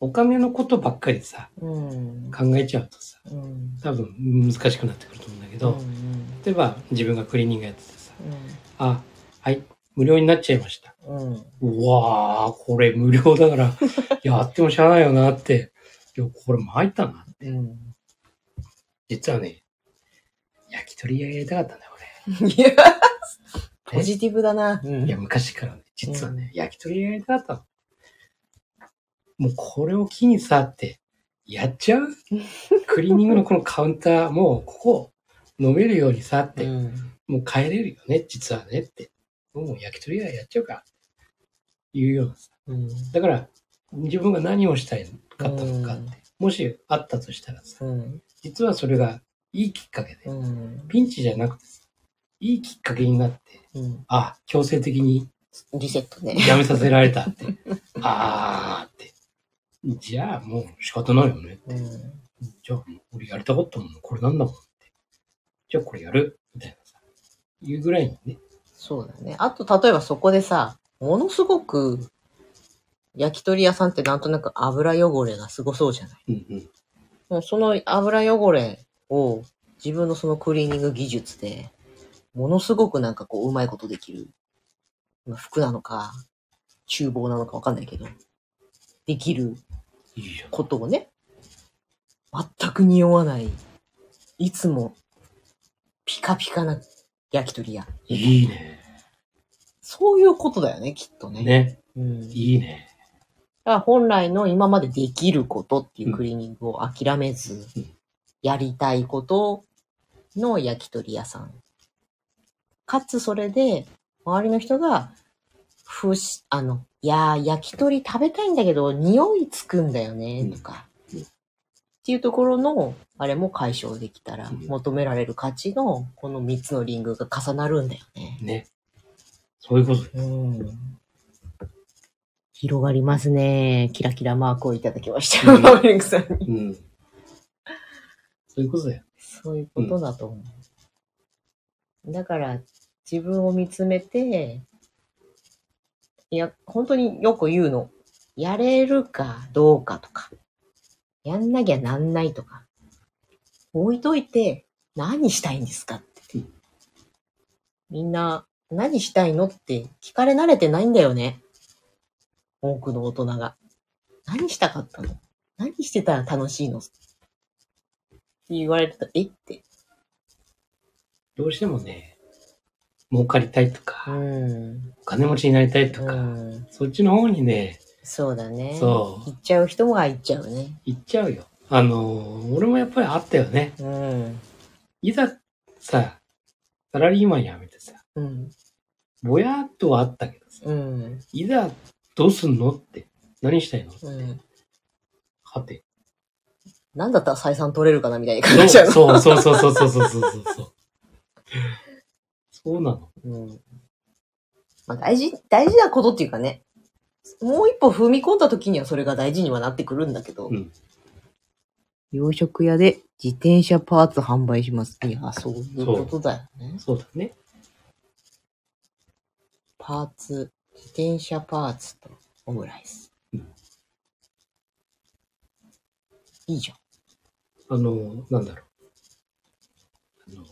Speaker 3: お金のことばっかりさ、
Speaker 2: うん。
Speaker 3: 考えちゃうとさ、
Speaker 2: うん。
Speaker 3: 多分難しくなってくると思うんだけど、
Speaker 2: うん
Speaker 3: 例えば自分がクリーニングやっててさ、
Speaker 2: う
Speaker 3: あ、はい、無料になっちゃいました。
Speaker 2: ん。うん。
Speaker 3: うわー、これ無料だ から、やってもしゃあないよなって、いや、これ参ったな。
Speaker 2: うん。
Speaker 3: 実はね、焼き鳥屋やりたかったんだよ、
Speaker 2: いや、
Speaker 3: 俺。
Speaker 2: ポジティブだな。う
Speaker 3: ね
Speaker 2: ん
Speaker 3: いや、昔からね、実はね、焼き鳥屋やりたかったの。もうこれを機にさって、やっち ゃうクリーニングのこのカウンター、もうここ、飲めるようにさって、
Speaker 2: うん
Speaker 3: もう帰れるよね、実はねって。もう焼き鳥屋やっちゃうか。いうようなさ。
Speaker 2: うん
Speaker 3: だから、自分が何をしたいかったのかって、もしあったとしたらさ、
Speaker 2: うん
Speaker 3: 実はそれがいいきっかけで、
Speaker 2: うん
Speaker 3: ピンチじゃなくてさ、いいきっかけになって、
Speaker 2: うん
Speaker 3: あ、強制的に
Speaker 2: リセットね。
Speaker 3: やめさせられたって、あーって。じゃあもう仕方ないよね。
Speaker 2: うん
Speaker 3: じゃあ俺やりたかったもん、これなんだもんって。じゃあこれやるみたいなさ、いうぐらいにね。
Speaker 2: そうだね。あと、例えばそこでさ、ものすごく、焼き鳥屋さんってなんとなく油汚れがすごそうじゃない
Speaker 3: うんうん。
Speaker 2: もうその油汚れを自分のそのクリーニング技術で、ものすごくなんかこう、うまいことできる。まあ服なのか、厨房なのかわかんないけど、できる
Speaker 3: いいじゃん。
Speaker 2: ことをね、全く匂わない、いつもピカピカな焼き鳥屋。
Speaker 3: いいね。
Speaker 2: そういうことだよね、きっとね。
Speaker 3: ね。
Speaker 2: うん。だか
Speaker 3: いいね。
Speaker 2: ら本来の今までできることっていうクリーニングを諦めず、
Speaker 3: うん
Speaker 2: やりたいことの焼き鳥屋さん。かつそれで、周りの人が、ふし、あの、いやー、焼き鳥食べたいんだけど、匂いつくんだよね、とか、
Speaker 3: うん
Speaker 2: っていうところの、あれも解消できたら、
Speaker 3: うん
Speaker 2: 求められる価値の、この3つのリングが重なるんだよね。
Speaker 3: ね。そういうこと。
Speaker 2: うん。広がりますね。キラキラマークをいただきました。マーリンクさんに。
Speaker 3: うん。そういうことだよ。
Speaker 2: そういうことだと思う。だから、自分を見つめて、いや、本当によく言うの。やれるかどうかとか、やんなきゃなんないとか、置いといて何したいんですかって。みんな、何したいのって聞かれ慣れてないんだよね。多くの大人が。何したかったの何してたら楽しいのって言われると、えって。
Speaker 3: どうしてもね、儲かりたいとか、
Speaker 2: うん。
Speaker 3: お金持ちになりたいと
Speaker 2: う
Speaker 3: か、
Speaker 2: ん。
Speaker 3: そっちの方にね、
Speaker 2: そうだね。
Speaker 3: そう
Speaker 2: 行っちゃう人が行っちゃうね。
Speaker 3: 行っちゃうよ。あのー、俺もやっぱりあったよね。
Speaker 2: うん。
Speaker 3: いざさ、サラリーマン辞めてさ、
Speaker 2: うん。
Speaker 3: ぼやっとはあったけどさ、
Speaker 2: うん。
Speaker 3: いざどうすんのって、何したいの
Speaker 2: うん。
Speaker 3: はて。
Speaker 2: なんだったら採算取れるかなみたいな感じじゃん。
Speaker 3: そうそうそうそうそうそうそうそうそう。そうなの。
Speaker 2: うん。まあ大事、大事なことっていうかね。もう一歩踏み込んだ時にはそれが大事にはなってくるんだけど。
Speaker 3: うん
Speaker 2: 洋食屋で自転車パーツ販売します。いや、そういうことだよね。
Speaker 3: そうだね。
Speaker 2: パーツ、自転車パーツとオムライス。
Speaker 3: うん
Speaker 2: いいじゃん。
Speaker 3: あの、なんだろう。あの、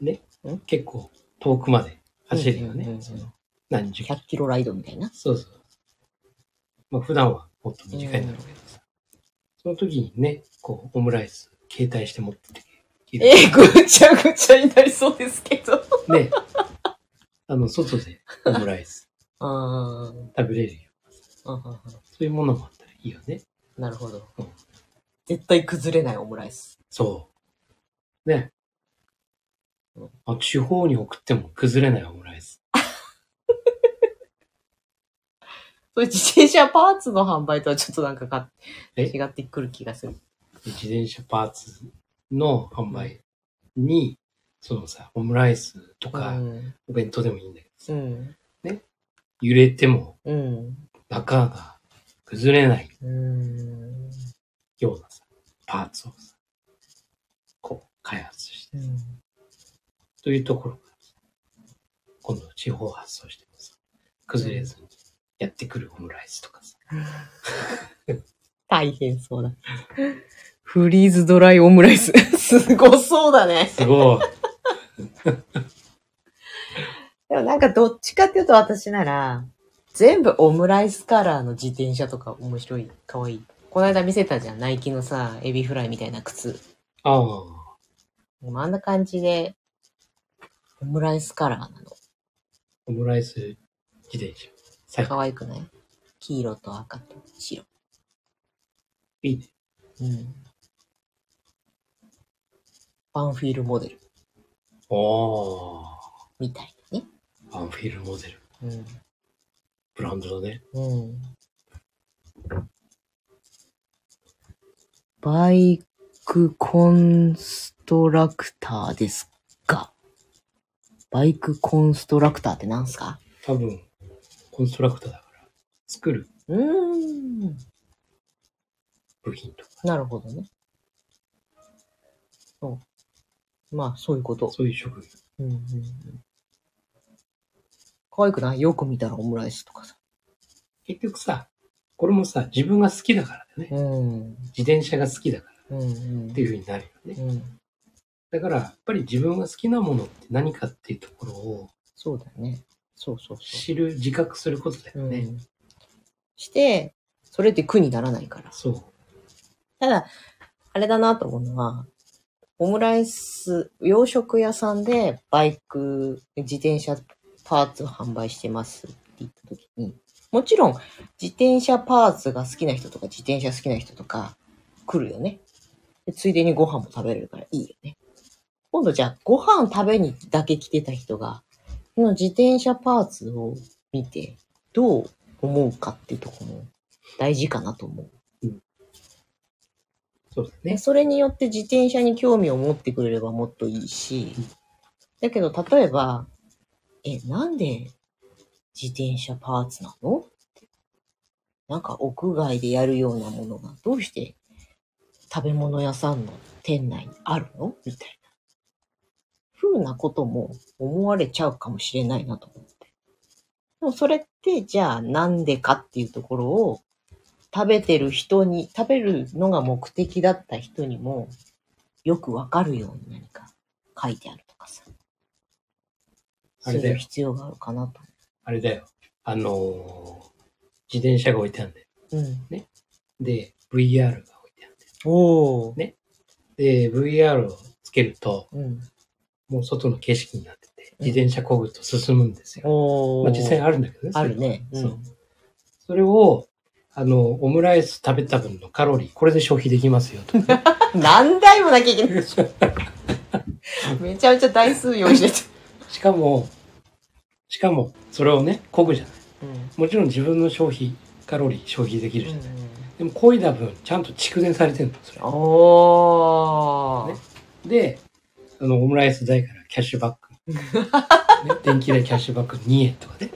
Speaker 3: ね
Speaker 2: ん、
Speaker 3: 結構遠くまで走るよ
Speaker 2: うんうんうん
Speaker 3: ね
Speaker 2: う。ん
Speaker 3: その何十キロ。
Speaker 2: 100キロライドみたいな。
Speaker 3: そうそう。まあ普段はもっと短いんだろうけどさ。その時にね、こう、オムライス、携帯して持ってて。
Speaker 2: ええ、ぐちゃぐちゃになりそうですけど。
Speaker 3: ね。あの、外でオムライス
Speaker 2: あ
Speaker 3: 食べれるよ。
Speaker 2: あ、
Speaker 3: そういうものもあったらいいよね。
Speaker 2: なるほど
Speaker 3: うん。
Speaker 2: 絶対崩れないオムライス。
Speaker 3: そう。ね
Speaker 2: うん。
Speaker 3: あ地方に送っても崩れないオムライス。
Speaker 2: それ自転車パーツの販売とはちょっとなんかか
Speaker 3: え
Speaker 2: 違ってくる気がする。
Speaker 3: 自転車パーツの販売に、そのさ、オムライスと
Speaker 2: う
Speaker 3: か、
Speaker 2: ん。
Speaker 3: お弁当でもいいんだけどさ、
Speaker 2: うん。
Speaker 3: 揺れても
Speaker 2: うん。
Speaker 3: 中が崩れない
Speaker 2: うん。
Speaker 3: ようなさ、パーツをさ、こう、開発して、というところからさ、今度地方発送してもさ、崩れずにやってくるオムライスとかさ、
Speaker 2: 大変そうだ。フリーズドライオムライ ス。すごそうだね。
Speaker 3: すごい。
Speaker 2: でもなんかどっちかっていうと私なら、全部オムライスカラーの自転車とか面白い、かわいい。この間見せたじゃん、ナイキのさ、エビフライみたいな靴。
Speaker 3: ああ。
Speaker 2: でもあんな感じで、オムライスカラーなの。
Speaker 3: オムライス自転車。最
Speaker 2: か
Speaker 3: 高。
Speaker 2: わいくない黄色と赤と白。
Speaker 3: いいね。
Speaker 2: うん。バンフィールモデル
Speaker 3: おー。
Speaker 2: みたいなね。
Speaker 3: アンフィールモデル。
Speaker 2: うん。
Speaker 3: ブランドだね。
Speaker 2: うんバイクコンストラクターですかバイクコンストラクターって何すか
Speaker 3: 多分、コンストラクターだから、作る
Speaker 2: うーん。
Speaker 3: 部品とか、
Speaker 2: なるほどね。そう。まあ、そういうこと。
Speaker 3: そういう職業。
Speaker 2: うんうんうん。可愛くないよく見たらオムライスとかさ。
Speaker 3: 結局さ、これもさ、自分が好きだからだね。
Speaker 2: うん。
Speaker 3: 自転車が好きだから
Speaker 2: うんうん。
Speaker 3: っていう風になるよね。
Speaker 2: うん。
Speaker 3: だから、やっぱり自分が好きなものって何かっていうところを
Speaker 2: そうだね。そうそうそう。
Speaker 3: 知る、自覚することだよね。
Speaker 2: うん、して、それって苦にならないから。
Speaker 3: そう。
Speaker 2: ただ、あれだなと思うのは、オムライス、洋食屋さんでバイク、自転車パーツを販売してますって言った時に、もちろん自転車パーツが好きな人とか自転車好きな人とか来るよね。でついでにご飯も食べれるからいいよね。今度じゃあご飯食べにだけ来てた人が、この自転車パーツを見てどう思うかっていうところも大事かなと思う。
Speaker 3: そうだ
Speaker 2: ね、
Speaker 3: ね。
Speaker 2: それによって自転車に興味を持ってくれればもっといいし
Speaker 3: うん、
Speaker 2: だけど例えば、え、なんで自転車パーツなのっなんか屋外でやるようなものが、どうして食べ物屋さんの店内にあるのみたいな。ふうなことも思われちゃうかもしれないなと思って。でもそれって、じゃあなんでかっていうところを、食べてる人に、食べるのが目的だった人にも、よくわかるように何か書いてあるとかさ。
Speaker 3: あ
Speaker 2: そう
Speaker 3: れだよ
Speaker 2: いう必要があるかなと。
Speaker 3: あれだよ。あのー自転車が置いてあるんだよ。
Speaker 2: うん。
Speaker 3: で、VR が置いてあるんだよ。
Speaker 2: おー。
Speaker 3: で、VR をつけると、
Speaker 2: うん。
Speaker 3: もう外の景色になってて、自転車こぐと進むんですよ。
Speaker 2: おー。
Speaker 3: まあ、実際あるんだけどね。そ
Speaker 2: あ
Speaker 3: れ
Speaker 2: るね。うん
Speaker 3: そう。それを、あの、オムライス食べた分のカロリー、これで消費できますよ と。
Speaker 2: 何台もなきゃいけない。めちゃめちゃ台数用意して
Speaker 3: しかも、しかも、それをね、こぐじゃない。
Speaker 2: た。うん。
Speaker 3: もちろん自分の消費、カロリー消費できるじゃん。でも、こいだ分、ちゃんと蓄電されてるの、それ。
Speaker 2: おー。
Speaker 3: ねで、あの、オムライス代からキャッシュ バック。ね、電気代キャッシュバック2円とかね。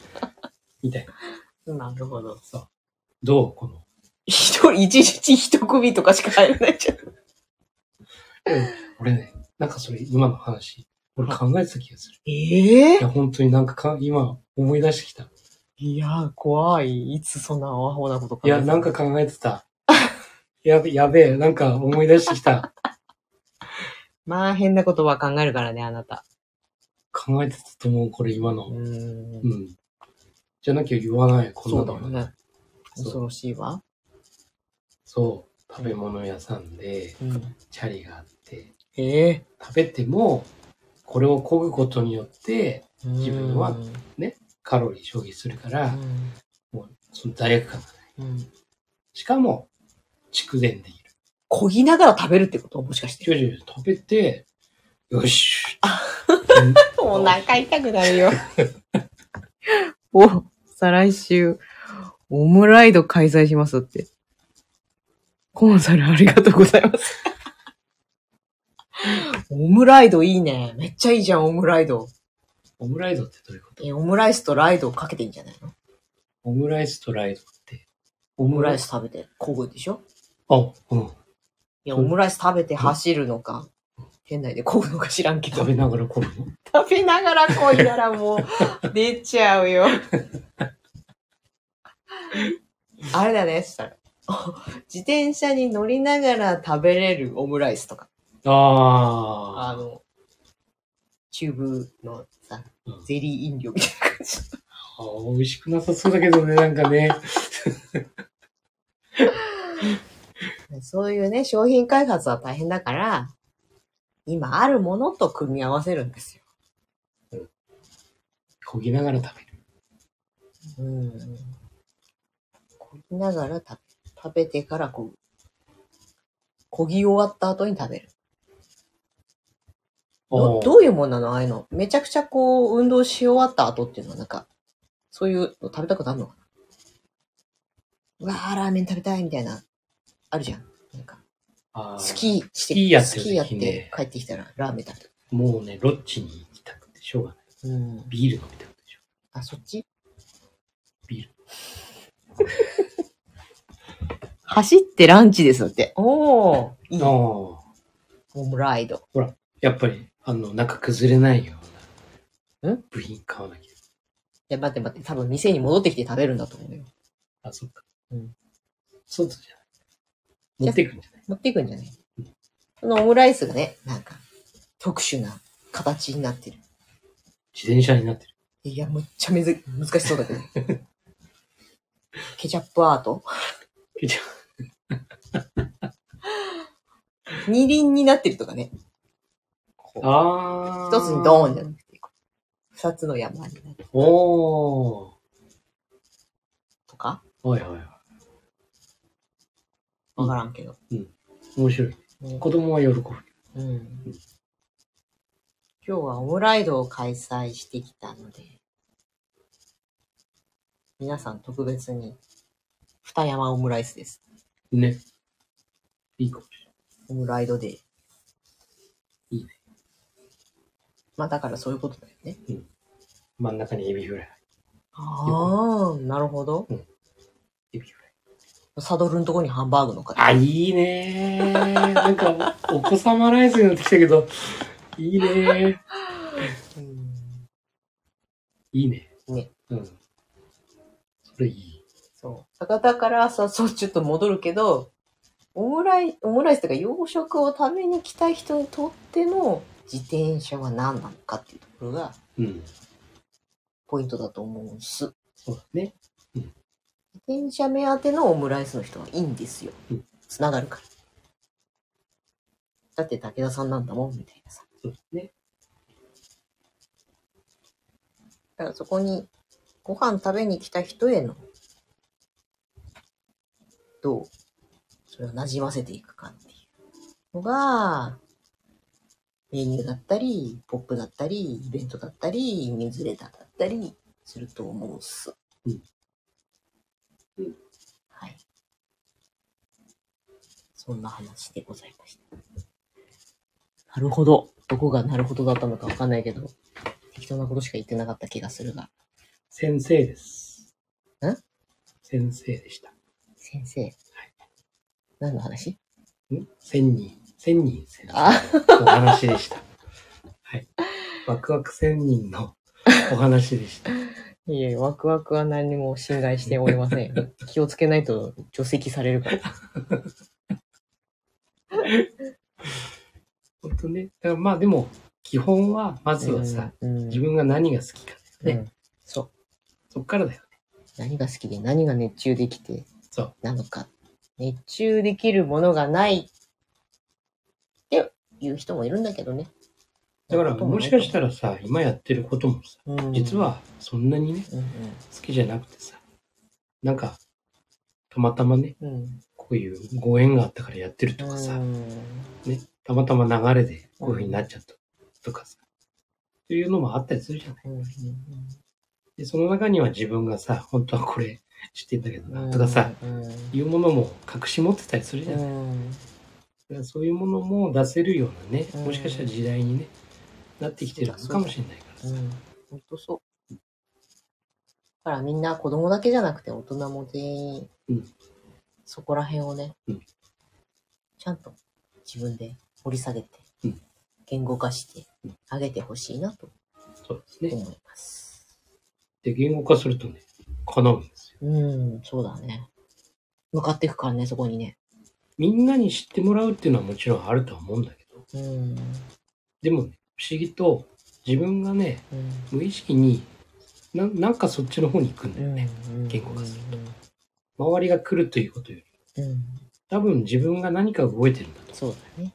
Speaker 3: みたいな。
Speaker 2: なるほど。
Speaker 3: どうこの。
Speaker 2: 一人、一日一組とかしか入らないじゃん。
Speaker 3: 俺ね、なんかそれ、今の話、俺考えてた気 がする。
Speaker 2: ええ
Speaker 3: いや、本当になんかか、今、思い出してき た。
Speaker 2: いや、怖い。いつそんなアホなこと考
Speaker 3: い
Speaker 2: えて
Speaker 3: や、
Speaker 2: た
Speaker 3: なんか、考えてた。やべ、やべえ、なんか思い出してきた。
Speaker 2: まあ変な言葉考えるからね、あなた。
Speaker 3: 考えてたと思う、これ今の。
Speaker 2: ん
Speaker 3: う。ん。じゃなきゃ言わない、こんな
Speaker 2: そ
Speaker 3: の
Speaker 2: うだよね。
Speaker 3: そう
Speaker 2: 恐ろしいわ。
Speaker 3: そう。食べ物屋さんで、
Speaker 2: うん。
Speaker 3: チャリがあって、
Speaker 2: ええ
Speaker 3: 食べても、これをこぐことによって、自分は
Speaker 2: うん
Speaker 3: カロリー消費するから、もう、その罪悪感がない。
Speaker 2: うん。
Speaker 3: しかも、蓄電できる。
Speaker 2: こぎながら食べるってこともしかして。
Speaker 3: 徐々に食べて、よし。
Speaker 2: お腹痛くなるよ。 お、再来週、オムライド開催しますって。コンサルありがとうございます。オムライドいいね。めっちゃいいじゃん、オムライド。
Speaker 3: オムライドってどういうこと
Speaker 2: え、オムライスとライドをかけていいんじゃないの
Speaker 3: オムライスとライドって。オ
Speaker 2: オムライス食べて、こぐでしょ
Speaker 3: あ、うん。
Speaker 2: いや、
Speaker 3: そ
Speaker 2: オ
Speaker 3: う
Speaker 2: ムライス食べて走るのか、店内でこぐのか知らんけど
Speaker 3: 食。べながらこぐの
Speaker 2: 食べながらこいだらも う出ちゃうよ。あれだね、そしたら。自転車に乗りながら食べれるオムライスとか、
Speaker 3: あ
Speaker 2: あの、チューブのさ
Speaker 3: うん、
Speaker 2: ゼリー飲料みたいな感じ。
Speaker 3: あー。美味しくなさそうだけどね、なんかね。
Speaker 2: そういうね、商品開発は大変だから、今あるものと組み合わせるんですよ。
Speaker 3: こぎながら食べる。
Speaker 2: うん。こぎながら食べ、食べてからこう、こぎ終わった後に食べる。ど
Speaker 3: あー
Speaker 2: どういうもんなのああいうの。めちゃくちゃこう、運動し終わった後っていうのはなんか、そういうの食べたくなるのかなうわー、ラーメン食べたいみたいな、あるじゃん。なんか、
Speaker 3: あー
Speaker 2: スキーして、
Speaker 3: スキーやってる時
Speaker 2: スキーやっ
Speaker 3: ね
Speaker 2: て帰ってきたらラーメン食べたい。
Speaker 3: もうね、ロッチに行きたくてしょうがない。
Speaker 2: うん。
Speaker 3: ビール飲みたくてしょ
Speaker 2: あ、そっち
Speaker 3: ビール。
Speaker 2: 走ってランチですって。お ー、いうい
Speaker 3: が。ない。ああ。
Speaker 2: オムライド。
Speaker 3: やっぱり、あの、なんか崩れないようなん部品買わなきゃ。
Speaker 2: いや、待って待って、多分店に戻ってきて食べるんだと思うよ。
Speaker 3: あ、そっか。
Speaker 2: うん。
Speaker 3: 外じゃない。持っていくんじゃない
Speaker 2: 持っていくんじゃないそのオムライスがね、なんか、特殊な形になってる。
Speaker 3: 自転車になってる。
Speaker 2: いや、むっちゃめず難しそうだけど。ケチャップアート
Speaker 3: ケチャ
Speaker 2: 二輪になってるとかね。
Speaker 3: ップあ
Speaker 2: 一つにドーンじゃ
Speaker 3: ん。
Speaker 2: なくて、二つの山になる
Speaker 3: おー。
Speaker 2: とか
Speaker 3: はいはいはい。
Speaker 2: わからんけど。
Speaker 3: 面白い。
Speaker 2: うん
Speaker 3: 子供は喜ぶ。
Speaker 2: うん今日はオムライドを開催してきたので、皆さん特別に、二山オムライスです。
Speaker 3: ね。いいかもし
Speaker 2: オムライドで。
Speaker 3: いいね。
Speaker 2: まあだからそういうことだよね。
Speaker 3: 真ん中にエビフライ。
Speaker 2: ああ、なるほど。
Speaker 3: エビフライ。
Speaker 2: サドルのとこにハンバーグのか
Speaker 3: あ、いいねー。なんか、お子様ライスになってきたけど、いいねー。
Speaker 2: うん
Speaker 3: いいね。
Speaker 2: ね
Speaker 3: うん。それいい。
Speaker 2: そう。博多からさ、そう、ちょっと戻るけど、オムライ、オムライスとか洋食を食べに来た人にとっての自転車は何なのかっていうところが
Speaker 3: うん。
Speaker 2: ポイントだと思うんです。自
Speaker 3: そうだね。
Speaker 2: 転車目当てのオムライスの人はいいんですよ
Speaker 3: うん。
Speaker 2: つながるから。だって武田さんなんだもん、みたいなさ。
Speaker 3: そうだね。
Speaker 2: だからそこにご飯食べに来た人への、どう、それを馴染ませていくかっていうのが、メニューだったり、ポップだったり、イベントだったり、ニューズレターだったりすると思うっす。
Speaker 3: うんうん
Speaker 2: はい。そんな話でございました。なるほど。どこがなるほどだったのかわかんないけど、適当なことしか言ってなかった気がするが。
Speaker 3: 先生です。
Speaker 2: ん
Speaker 3: 先生でした。
Speaker 2: 先生。何の話
Speaker 3: ん千人。千人先
Speaker 2: あ
Speaker 3: 生のお話でした。はい。ワクワク千 人のお話でした。
Speaker 2: いえ、ワクワクは何も侵害しておりませ ん。気をつけないと除籍されるから。
Speaker 3: 本当ね。だからまあでも、基本は、まずはさ、
Speaker 2: うん、うん
Speaker 3: 自分が何が好きかだよね。
Speaker 2: うんそう。
Speaker 3: そっからだよね。
Speaker 2: 何が好きで何が熱中できて
Speaker 3: そう
Speaker 2: なのか。熱中できるものがないっていう人もいるんだけどね。
Speaker 3: だから、もしかした
Speaker 2: ら、
Speaker 3: らさ、今やってることもさ、
Speaker 2: うん
Speaker 3: 実、はそんなにね、
Speaker 2: うん
Speaker 3: 好きじゃなくてさ、なんか、たまたまね、
Speaker 2: うんうん、
Speaker 3: こういうご縁があったからやってるとかさ、ね、たまたま流れでこういう風になっちゃったとかさ、というのもあったりするじゃない。
Speaker 2: うんうん
Speaker 3: で、その中には自分がさ、本当はこれ知ってんだけど
Speaker 2: う
Speaker 3: な、
Speaker 2: ん、
Speaker 3: とかさ、
Speaker 2: うん
Speaker 3: いうものも隠し持ってたりするじゃない。だからそういうものも出せるようなね、
Speaker 2: うん
Speaker 3: もしかしたら時代にね、なってきてるのかもしれないからさ。
Speaker 2: うん、ほんとそう。だからみんな子供だけじゃなくて大人も全員、
Speaker 3: うん
Speaker 2: そこら辺をね、
Speaker 3: うん
Speaker 2: ちゃんと自分で掘り下げて、
Speaker 3: うん
Speaker 2: 言語化して
Speaker 3: うん
Speaker 2: あげてほしいなと
Speaker 3: そうですね。
Speaker 2: 思います。
Speaker 3: で、言語化するとね、叶うんですよ。
Speaker 2: うん、そうだね。向かっていくからね、そこにね。
Speaker 3: みんなに知ってもらうっていうのはもちろんあるとは思うんだけど、
Speaker 2: うん。
Speaker 3: でもね、不思議と自分がね、
Speaker 2: うん。
Speaker 3: 無意識にななんかそっちの方に行くんだよね、
Speaker 2: うん
Speaker 3: 言語化する周りが来るということより
Speaker 2: うん。うん。
Speaker 3: 多分自分が何か動いてるんだと
Speaker 2: そうだね。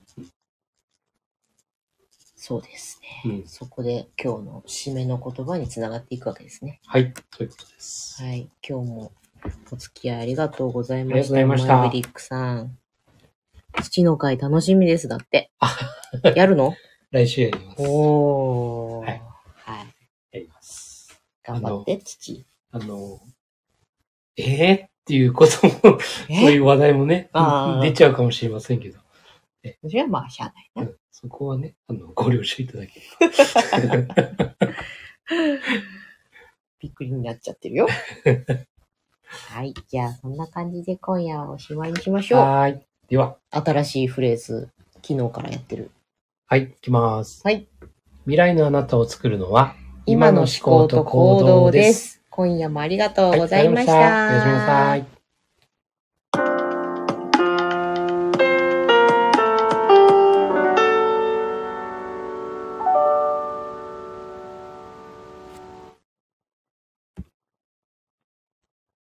Speaker 2: そうですね。
Speaker 3: 思う、うん、
Speaker 2: そこで今日の締めの言葉につながっていくわけですね。
Speaker 3: はいということです、
Speaker 2: はい。今日もお付き合いありがとうございました。
Speaker 3: ありがとうございました
Speaker 2: マーヴェリックさん。父の会楽しみです。だ って。やるの
Speaker 3: 来週やります
Speaker 2: おー。
Speaker 3: はい
Speaker 2: はい。
Speaker 3: やります
Speaker 2: 頑張って、父。
Speaker 3: あのえー、っていうこともそういう話題もね
Speaker 2: あー
Speaker 3: 出ちゃうかもしれませんけど、
Speaker 2: それはまあ、しゃあないな。
Speaker 3: うんそこはねあのご了承いただければ
Speaker 2: びっくりになっちゃってる よ。はい。じゃあ、そんな感じで今夜はおしまいにしま しょう。
Speaker 3: はーいでは
Speaker 2: 新しいフレーズ、昨日からやってる。
Speaker 3: はいいきます、
Speaker 2: はい、
Speaker 3: 未来のあなたを作るのは今の思考と行動です
Speaker 2: 今夜もありがとうございました。
Speaker 3: はいありがとうございましたおやすみなさい